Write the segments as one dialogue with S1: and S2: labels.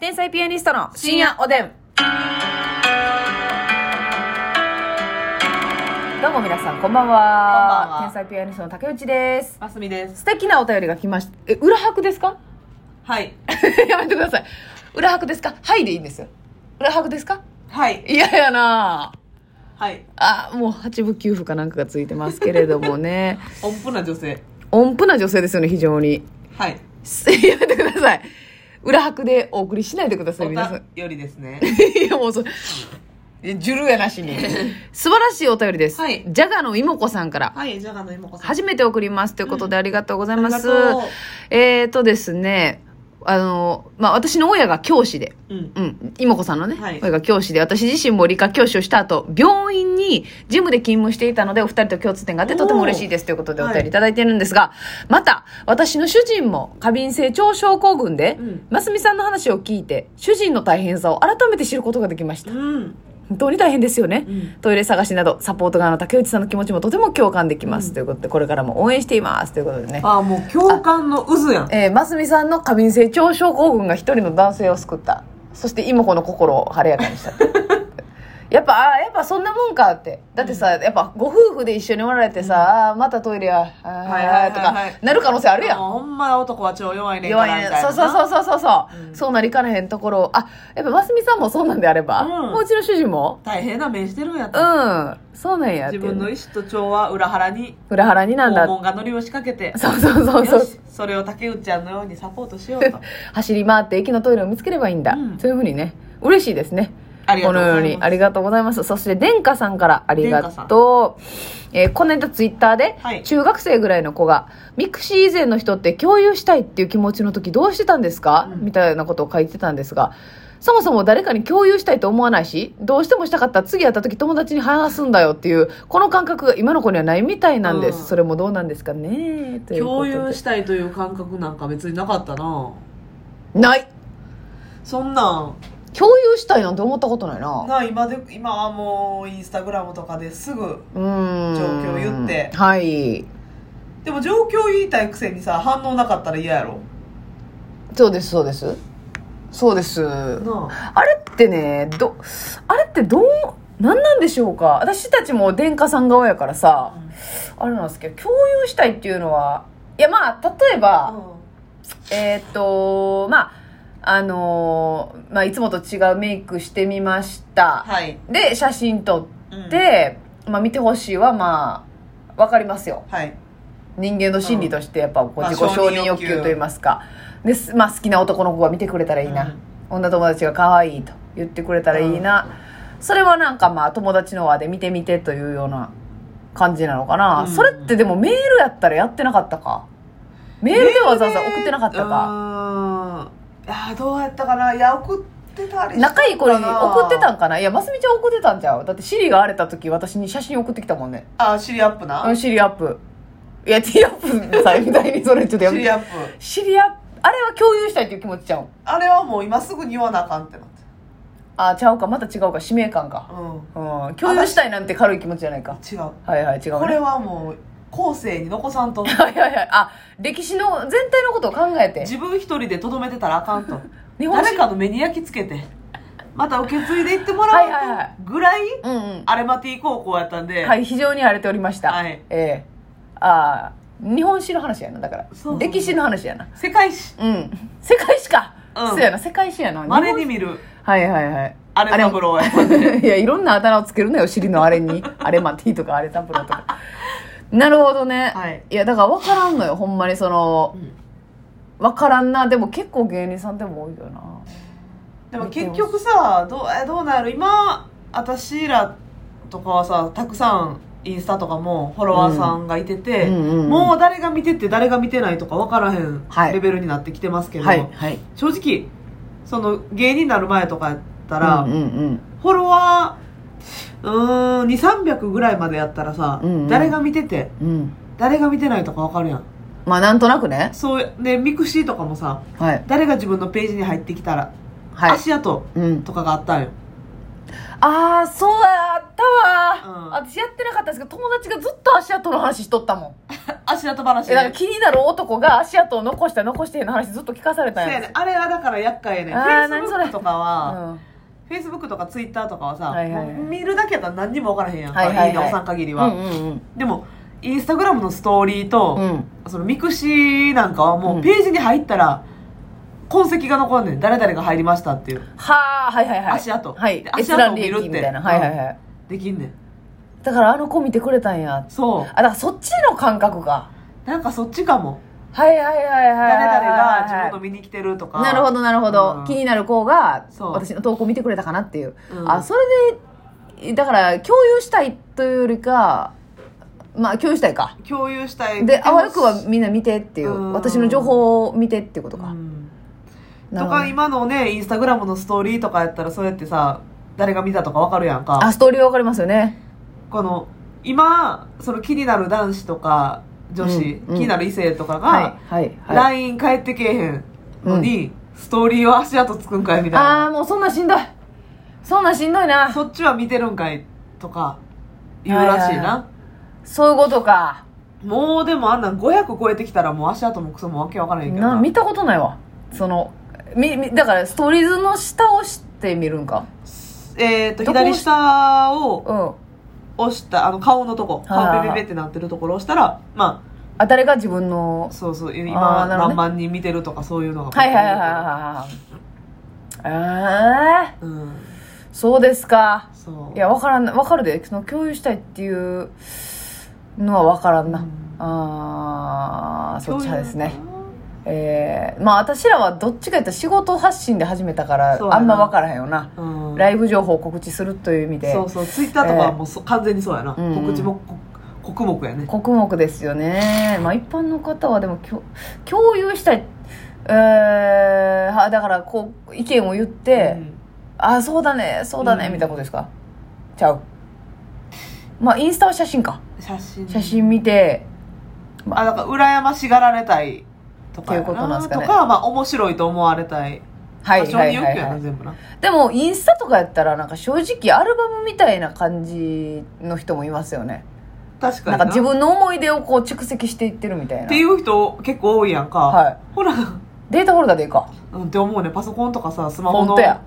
S1: 天才ピアニストの深夜おでん。どうも皆さん、こんばんは。
S2: こんばん
S1: 天
S2: は
S1: 才ピアニストの竹内です。
S2: ますみです
S1: 素敵なお便りが来ました。え、裏拍ですか
S2: はい
S1: やめてください。裏拍ですかはいでいいんですよ。裏拍ですか
S2: はい
S1: 嫌やなぁ
S2: はい
S1: あ、もう八分九分かなんかがついてますけれども ね。
S2: 音符な女性
S1: 音符な女性ですよね、非常に。
S2: はい
S1: すやめてください。裏拍でお送りしないでください、
S2: お
S1: 皆さ
S2: た
S1: ん。
S2: よりですね
S1: いや、もうそれ。えジュルやなしに。素晴らしいお便りです。
S2: はい
S1: ジャガのいもこさんから。
S2: はいじゃがのいもこさん
S1: 初めて送りますということでありがとうございます。
S2: ありがとう
S1: えっ、とですね、あの、まあ、私の親が教師で、
S2: うん
S1: うん、いもこさんのね、
S2: はい
S1: 親が教師で、私自身も理科教師をした後、病院にジムで勤務していたので、お二人と共通点があってとても嬉しいですということでお便りいただいてるんですが、また、私の主人も過敏性腸症候群で、
S2: うん
S1: ますみさんの話を聞いて、主人の大変さを改めて知ることができました。
S2: うん
S1: 本当に大変ですよね、
S2: うん
S1: トイレ探しなどサポート側の竹内さんの気持ちもとても共感できます、
S2: うん
S1: ということでこれからも応援していますということでね
S2: ああもう共感の渦やん
S1: えー、真澄さんの過敏性腸症候群が一人の男性を救ったそして妹子の心を晴れやかにした やっぱあーやっぱそんなもんかってだってさ、やっぱご夫婦で一緒におられてさ、あーまたトイレやあー
S2: はいはいはいはい
S1: とかなる可能性あるやん
S2: もうほんま男は超弱いねん
S1: 弱
S2: から
S1: いね
S2: みたいな
S1: そうそうそうそうそうそう、
S2: うん
S1: そうなりかねへんところあやっぱ真澄さんもそうなんであれば、
S2: うん
S1: もううちの主人も
S2: 大変な目してるんやと
S1: うんそうなんやって
S2: 自
S1: いうね
S2: 分の意思と調和裏腹に
S1: 裏腹になん
S2: 肛
S1: だ
S2: 門が乗りを仕掛けて
S1: そうそうそうそ
S2: よ
S1: う
S2: しそれを竹内ちゃんのようにサポートしようと
S1: 走り回って駅のトイレを見つければいいんだ、
S2: うん
S1: そういうふうにね嬉しいですね
S2: ありが
S1: こと
S2: う
S1: の
S2: ご
S1: よう
S2: ざい
S1: に
S2: ま す
S1: ありがとうございますそして殿下さんからありが
S2: 殿
S1: とうえーこの間ツイッターで、
S2: はい
S1: 中学生ぐらいの子がミクシー以前の人って共有したいっていう気持ちの時どうしてたんですか、
S2: うん
S1: みたいなことを書いてたんですがそもそも誰かに共有したいと思わないしどうしてもしたかったら次会った時友達に話すんだよっていうこの感覚が今の子にはないみたいなんです、
S2: うん
S1: それもどうなんですかねということ
S2: 共
S1: で
S2: 有したいという感覚なんか別になかったな
S1: ない
S2: そんなん
S1: 共有したいなんて思ったことないな
S2: なあ今で今はもうインスタグラムとかですぐ
S1: うーん
S2: 状況言って
S1: はい
S2: でも状況言いたいくせにさ反応なかったら嫌やろ
S1: そうですそうですそうです
S2: なあ
S1: あれってねどあれってどう何なんでしょうか私たちも殿下さん側やからさあれなんですけど共有したいっていうのはいやまあ例えば、えーっとまああのーまあいつもと違うメイクしてみました、
S2: はい
S1: で写真撮
S2: うん
S1: って、まあ見てほしいはまあわかりますよ
S2: はい
S1: 人間の心理としてやっぱこう
S2: まあ
S1: 自己承認欲
S2: 承認欲
S1: 求
S2: 求
S1: といいますか、ですまあ、好きな男の子が見てくれたらいいな、女友達が可愛いと言ってくれたらいいな、それはなんかまあ友達の輪で見てみてというような感じなのかな、
S2: うん
S1: それってでもメールやったらやってなかったかメールでわざわざ送ってなかったか
S2: かあーどうやったかないや送ってたり
S1: 仲いい子に送ってた
S2: ん
S1: んかないやますみちゃん送ってたんちゃうだってシリが荒れた時私に写真送ってきたもんね
S2: あーシリアップ
S1: う
S2: なん
S1: シリアップいやティーアップさみたいにそれちょっとや
S2: シ
S1: めて
S2: リアップ
S1: 知り合いあれは共有したいっていう気持ちちゃうん
S2: あれはもう今すぐに言わなあかんってなって
S1: あちゃうかまた違うか使命感か
S2: うん
S1: うん共有したいなんて軽い気持ちじゃないか
S2: 違う
S1: はいはい違う、ね、
S2: これはもう後世に残さんと
S1: はいはいはいあ歴史の全体のことを考えて
S2: 自分一人でとどめてたらあかんと
S1: 日本史
S2: 誰かの目に焼き付けてまた受け継いでいっても
S1: はいはいは
S2: ら
S1: いう
S2: ぐらい
S1: うんうん
S2: アレマティ高校やったんで、
S1: はい非常に荒れておりました
S2: はい
S1: ええああ日本史の話やなだから
S2: そう
S1: 歴史の話やな
S2: 世界史
S1: うん世界史か、
S2: うん
S1: そうやな世界史やな
S2: まれに
S1: 日
S2: 見る
S1: 本はいはいはい
S2: アレマブローやったんで
S1: いやいろんなあだ名をつけるなよ尻のあれ にあれマティとかあれタブロとかなるほどね、
S2: はい
S1: やだから分からんのよほんまにその
S2: うん
S1: 分からんなでも結構芸人さんでも多いよな
S2: でも結局さどうえどうなる今私らとかはさたくさんインスタとかもフォロワーさんがいてて、
S1: うんうんうんうん
S2: もう誰が見てて誰が見てないとか分からへん
S1: はい
S2: レベルになってきてますけど、
S1: はいはい
S2: 正直その芸人になる前とかやったら、
S1: うんうん
S2: フォロワーうーん2300ぐらいまでやったらさ、
S1: うんうん
S2: 誰が見てて
S1: うんうん
S2: 誰が見てないとか分かるやん
S1: まあなんとなくね
S2: そうねミクシーとかもさ
S1: はい
S2: 誰が自分のページに入ってきたら、
S1: はい
S2: 足跡
S1: うん
S2: とかがあったんよ
S1: ああそうやったわ、
S2: うん
S1: 私やってなかったんですけど友達がずっと足跡の話しとったもん
S2: 足跡話
S1: え
S2: ね
S1: なんか気になる男が足跡を残した残してへんの話ずっと聞かされた
S2: そうんや
S1: や
S2: ねあれはだから厄介やね
S1: あ
S2: フ
S1: ー
S2: ェイ
S1: 何
S2: ス
S1: そ
S2: ブ
S1: れ
S2: ックとかは、
S1: うん
S2: フェイスブックとかツイッターとかはさ、
S1: はいはいはい
S2: もう見るだけやったら何にも分からへんやんか、
S1: はい
S2: い
S1: はいはい
S2: いねおさん限り
S1: う
S2: は、
S1: んうん
S2: でもインスタグラムのストーリー
S1: う
S2: と、
S1: ん
S2: そのミクシーなんかはも
S1: ん
S2: うページに入ったら痕跡が残んねん誰々が入りましたっていう
S1: はあはいはいはい
S2: 足跡
S1: はい
S2: で足
S1: 閲
S2: 跡
S1: 覧
S2: を
S1: 利
S2: 見るって
S1: 益みたいなはいはいはい
S2: できんねん
S1: だからあの子見てくれたんやあ
S2: そう
S1: だからそっちの感覚か
S2: なんかそっちかも
S1: はいはいはいはいはい
S2: 誰々が自分
S1: は
S2: の
S1: い
S2: 見に来てるとか
S1: なるほどなるほど、
S2: うん
S1: 気になる子が
S2: そう
S1: 私の投稿見てくれたかなっていう、
S2: うん
S1: あそれでだから共有したいというよりかまあ共有したいか
S2: 共有したい
S1: であわよくはみんな見てっていう、
S2: うん
S1: 私の情報を見てってこと
S2: う
S1: か、
S2: ん
S1: なる
S2: と
S1: ほど
S2: か今のねインスタグラムのストーリーとかやったらそうやってさ誰が見たとかわかるやんか
S1: あストーリーわかりますよね
S2: この今その気になる男子とか女子、
S1: うんうん
S2: 気になる異性とか
S1: は
S2: が、
S1: いはいはい
S2: LINE 返ってけえへんのに、ストーリーは足跡つくんかいみたい
S1: あ
S2: な
S1: あもうそんなんしんどいそんなんしんどいな
S2: そっちは見てるんかいとか言うら
S1: はい
S2: しいな、
S1: はいはそういうことか
S2: もうでもあんなん500超えてきたらもう足跡もクソもわけわからへんけどな
S1: な見たことないわそのみみだからストーリーズの下をしてみるんか
S2: えっ、と
S1: どこ押
S2: 左
S1: し
S2: 下を
S1: うん
S2: 押したあの顔のとこ
S1: はいはい
S2: 顔ペペペってなってるところを押したらま
S1: あ誰が自分の
S2: あそうそう
S1: あ
S2: 今
S1: ーなるほどね
S2: 何万人見てるとかそういうのが
S1: はいはいはいはいはいはいああ
S2: いうん
S1: そうですか
S2: そう
S1: いや分からん分かるでその共有したいっていうのは分からんな、
S2: うん
S1: ああそっち派です
S2: そう
S1: ね
S2: いうの
S1: えー、まあ私らはどっちか言ったら仕事発信で始めたから
S2: そうやな
S1: あんま分からへんよな
S2: かなうん
S1: ライブ情報を告知するという意味で
S2: そうそうツイッターとかはもうそ、完全にそうやな、
S1: うんうん
S2: 告知もこ告目やね
S1: 穀目ですよね、まあ、一般の方はでもきょ共有したい、えー、はだからこう意見を言って、ああそうだねそうだね、
S2: うん
S1: みたいなことですかちゃうまあインスタは写真か
S2: うん写真
S1: 写真見て
S2: あだから羨ましがられたいとかや
S1: っていうことなんすかね
S2: とかまあ面白いと思われたい
S1: はい
S2: 場所
S1: はい
S2: によ
S1: は
S2: っ
S1: い、
S2: てや
S1: は、
S2: ない全部な
S1: でもインスタとかやったらなんか正直アルバムみたいな感じの人もいますよね
S2: 確か
S1: な
S2: に
S1: んか自分の思い出をこう蓄積していってるみたいな
S2: っていう人結構多いやんか、
S1: はい
S2: ほら
S1: データホルダーでいいか
S2: うんって思うねパソコンとかさスマ
S1: フ
S2: ホの
S1: ォントや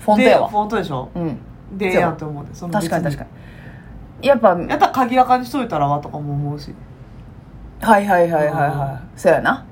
S1: フォントや
S2: で
S1: わ
S2: フォントでしょ
S1: うん
S2: でええ
S1: そう
S2: やんって思うねその
S1: 確かに
S2: 別
S1: 確かにやっぱ
S2: やったら鍵垢にしといたらわとかも思うし
S1: はいはいはいはいはい、そやな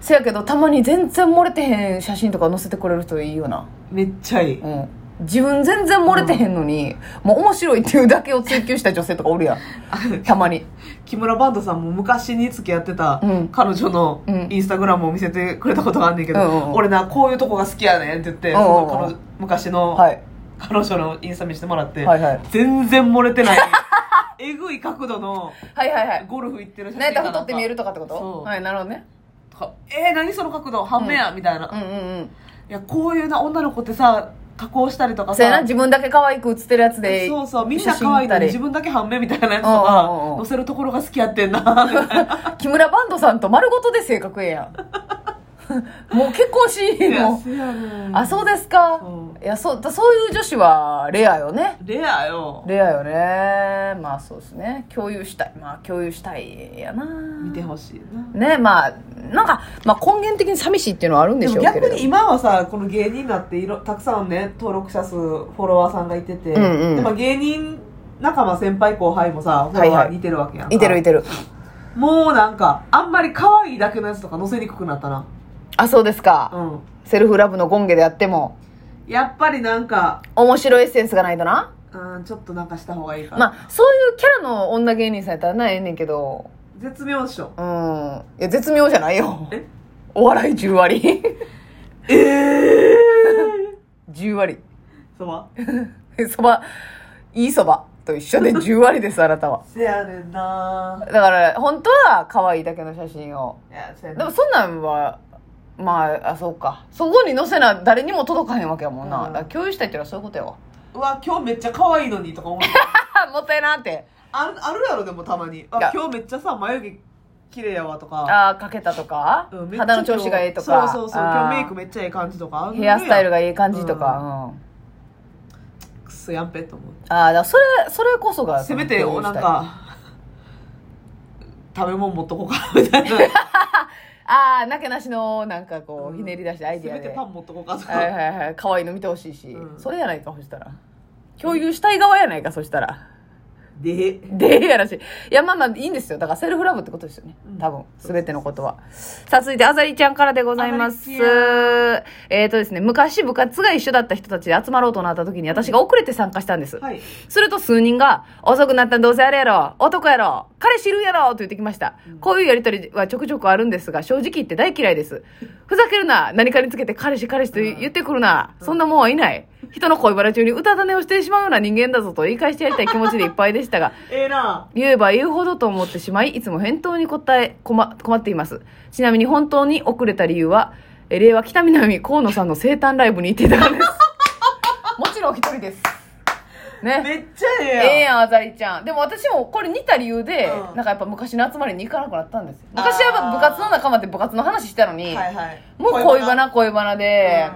S1: せやけどたまに全然漏れてへん写真とか載せてくれる人いいよな
S2: めっちゃいい、
S1: うん自分全然漏れてへんのに、もう面白いっていうだけを追求した女性とかおるやんたまに
S2: 木村バンドさんも昔に付き合ってた
S1: うん
S2: 彼女の
S1: うん
S2: インスタグラムを見せてくれたことがあんねんけど、
S1: うんうんうん
S2: 俺なこういうとこが好きやねんって言って、
S1: うんうんうん
S2: その彼女昔の
S1: はい
S2: 彼女のインスタ見せてもらって、
S1: はいはい
S2: 全然漏れてない えぐい角度の
S1: はいはいはい
S2: ゴルフ行ってる写
S1: 何や
S2: 真
S1: ったら
S2: かなんか
S1: 太って見えるとかってこと
S2: そう
S1: はいなるほどね
S2: とかえー、何その角度半目や、みたいな、
S1: うんうん
S2: いやこういうな女の子ってさ加工したりと
S1: う
S2: か
S1: んせやな
S2: さ
S1: 自分だけ可愛く写ってるやつで
S2: そうそうみんな可愛いのに
S1: 写
S2: 自
S1: 真撮っ
S2: 分だけ半目みたいなやつと
S1: うんうんう
S2: か
S1: ん
S2: 載せるところが好きやってんなみたい な
S1: たり木村バンドさんと丸ごとで性格ええやん もう結婚し
S2: いや
S1: も
S2: そうやねん
S1: あそうですか
S2: そう
S1: いやそうだそういう女子はレアよね
S2: レアよ
S1: レアよねまあそうですね共有したいまあ共有したいやな
S2: 見てほしいな
S1: ねまあなんか、まあ、根源的に寂しいっていうのはあるんで
S2: で
S1: しょ
S2: も
S1: うけれど
S2: 逆に今はさこの芸人になっていろたくさんね登録者数フォロワーさんがいてて、
S1: うんうん
S2: でも芸人仲間先輩後輩もさフォ
S1: はい
S2: ロ
S1: はい
S2: ワー似てるわけやんか、
S1: いてるいてる
S2: もうなんかあんまり可愛いだけのやつとか載せにくくなったな
S1: あそうですか、
S2: うん
S1: セルフラブの権下であっても
S2: やっぱりなんか
S1: 面白いエッセンスがないとな
S2: うんちょっとなんかした方がいいかな、
S1: まあそういうキャラの女芸人さんやったらなええねんけど
S2: 絶妙っしょ
S1: うんいや絶妙じゃないよ
S2: え
S1: お笑い10割
S2: ええ
S1: 10割
S2: そば
S1: そばいいそばと一緒で10割 ですあなたは
S2: せやねんな
S1: だから本当は可愛いだけの写真を
S2: いやせやね
S1: で
S2: ん
S1: もそんなんはまああそうかそこに載せな誰にも届かへんわけやもんな、
S2: うん
S1: だから共有したいっていうのはそういうことやわ
S2: うわ今日めっちゃ可愛いのにとか思う
S1: もったいなって
S2: あるあるやろでもたまに
S1: いや
S2: あ今日めっちゃさ眉毛綺麗やわとか
S1: ああかけたとか、
S2: うんめっちゃ
S1: 肌の調子がええとか
S2: そうそうそう
S1: あー
S2: 今日メイクめっちゃええ感じとかあるやん
S1: ヘアスタイルがええ感じとか、うん
S2: くそやんぺと思う
S1: ああ、だからそれ、それこそが。
S2: せめて
S1: 共有
S2: な
S1: し
S2: ん
S1: たい。
S2: か食べ物持っとこうかなみたいな
S1: ああ、なけなしの、なんか こ
S2: う
S1: う、
S2: ん
S1: ひねり出したアイ
S2: せ
S1: ディア
S2: め
S1: で。
S2: てパン持っとこうかと
S1: はい
S2: か
S1: はいはい。可愛いの見てほしいし。
S2: うん
S1: それやないか、ほしたら。共有したい側やないか、そしたら。
S2: で
S1: で、やらしい。いや、まあまあ、いいんですよ。だからセルフラブってことですよね
S2: うん。
S1: 多分、すべてのことは。さあ、続いて、あざりちゃんからでございます
S2: あざりち。
S1: えっ、とですね、昔部活が一緒だった人たちで集まろうとなった時に、私が遅れて参加したんです。
S2: はい
S1: すると数人が、遅くなったらどうせあれやろ、男やろ、彼知るやろと言ってきました。こういうやりとりはちょくちょくあるんですが、正直言って大嫌いです。ふざけるな、何かにつけて彼氏彼氏と言ってくるな、そんなもんはいない。人の恋バラ中に歌種をしてしまうような人間だぞと言い返してやりたい気持ちでいっぱいでしたが、
S2: ええな
S1: 言えば言うほどと思ってしまい、いつも返答に答え、困困っています。ちなみに本当に遅れた理由は、え令和北南河野さんの生誕ライブに行っていたから です。もちろんお一人です。ね。
S2: めっちゃええやん
S1: ええやん、あざりちゃん。でも私もこれ似た理由で、
S2: うん
S1: なんかやっぱ昔の集まりに行かなくなったんですよ。
S2: あー
S1: 昔は部活の仲間って部活の話したのに、
S2: はいはい
S1: もう恋バナ恋バナで、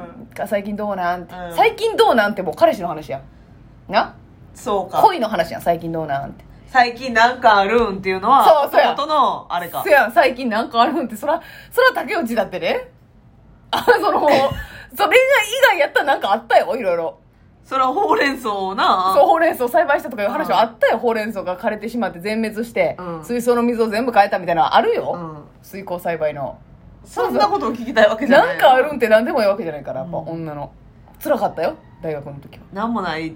S1: 最近どうなんて、
S2: うん
S1: 最近どうなんてもう彼氏の話やん。な
S2: そうか
S1: 恋の話やん、最近どうなんて。
S2: 最近なんかあるんっていうの
S1: そ
S2: は
S1: うそうや
S2: 弟のあれか
S1: そやん、最近なんかあるんって、そら、そら竹内だってね。あ、そ の、それ以外やったらなんかあったよ、いろいろ。
S2: それはほうれん草をな
S1: そう、ほうれん草を栽培したとかいう話はあったよ。ほうれん草が枯れてしまって全滅して、
S2: うん
S1: 水槽の水を全部変えたみたいなのはあるよ。
S2: うん
S1: 水耕栽培の。
S2: そんなことを聞きたいわけじゃない
S1: なんかあるんって何でもいいわけじゃないから、やっぱ
S2: うん
S1: 女の。辛かったよ、大学の時は。
S2: なんもない、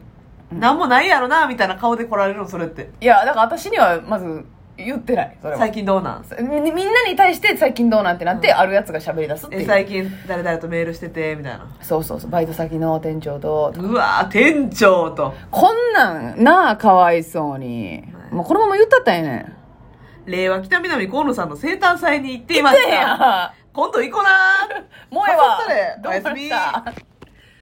S2: なんもないやろなみたいな顔で来られるのそれって
S1: いや、だから私にはまず言ってない、それは
S2: 最。近どうなん
S1: みみんなに対して最近どうなんてなって、あるやつが喋り出すってい
S2: え
S1: う。
S2: 最近誰々とメールしててみたいな
S1: そうそうそう、バイト先の店長と、
S2: うわー店長と
S1: こんなんなあ、かわいそうに。もうこのまま言ったったんやねん。
S2: 令和北南河野さんの生誕祭に行っていま
S1: せ
S2: し
S1: や
S2: た今度行こなー
S1: 萌え
S2: 誘った
S1: はど
S2: れ
S1: うしました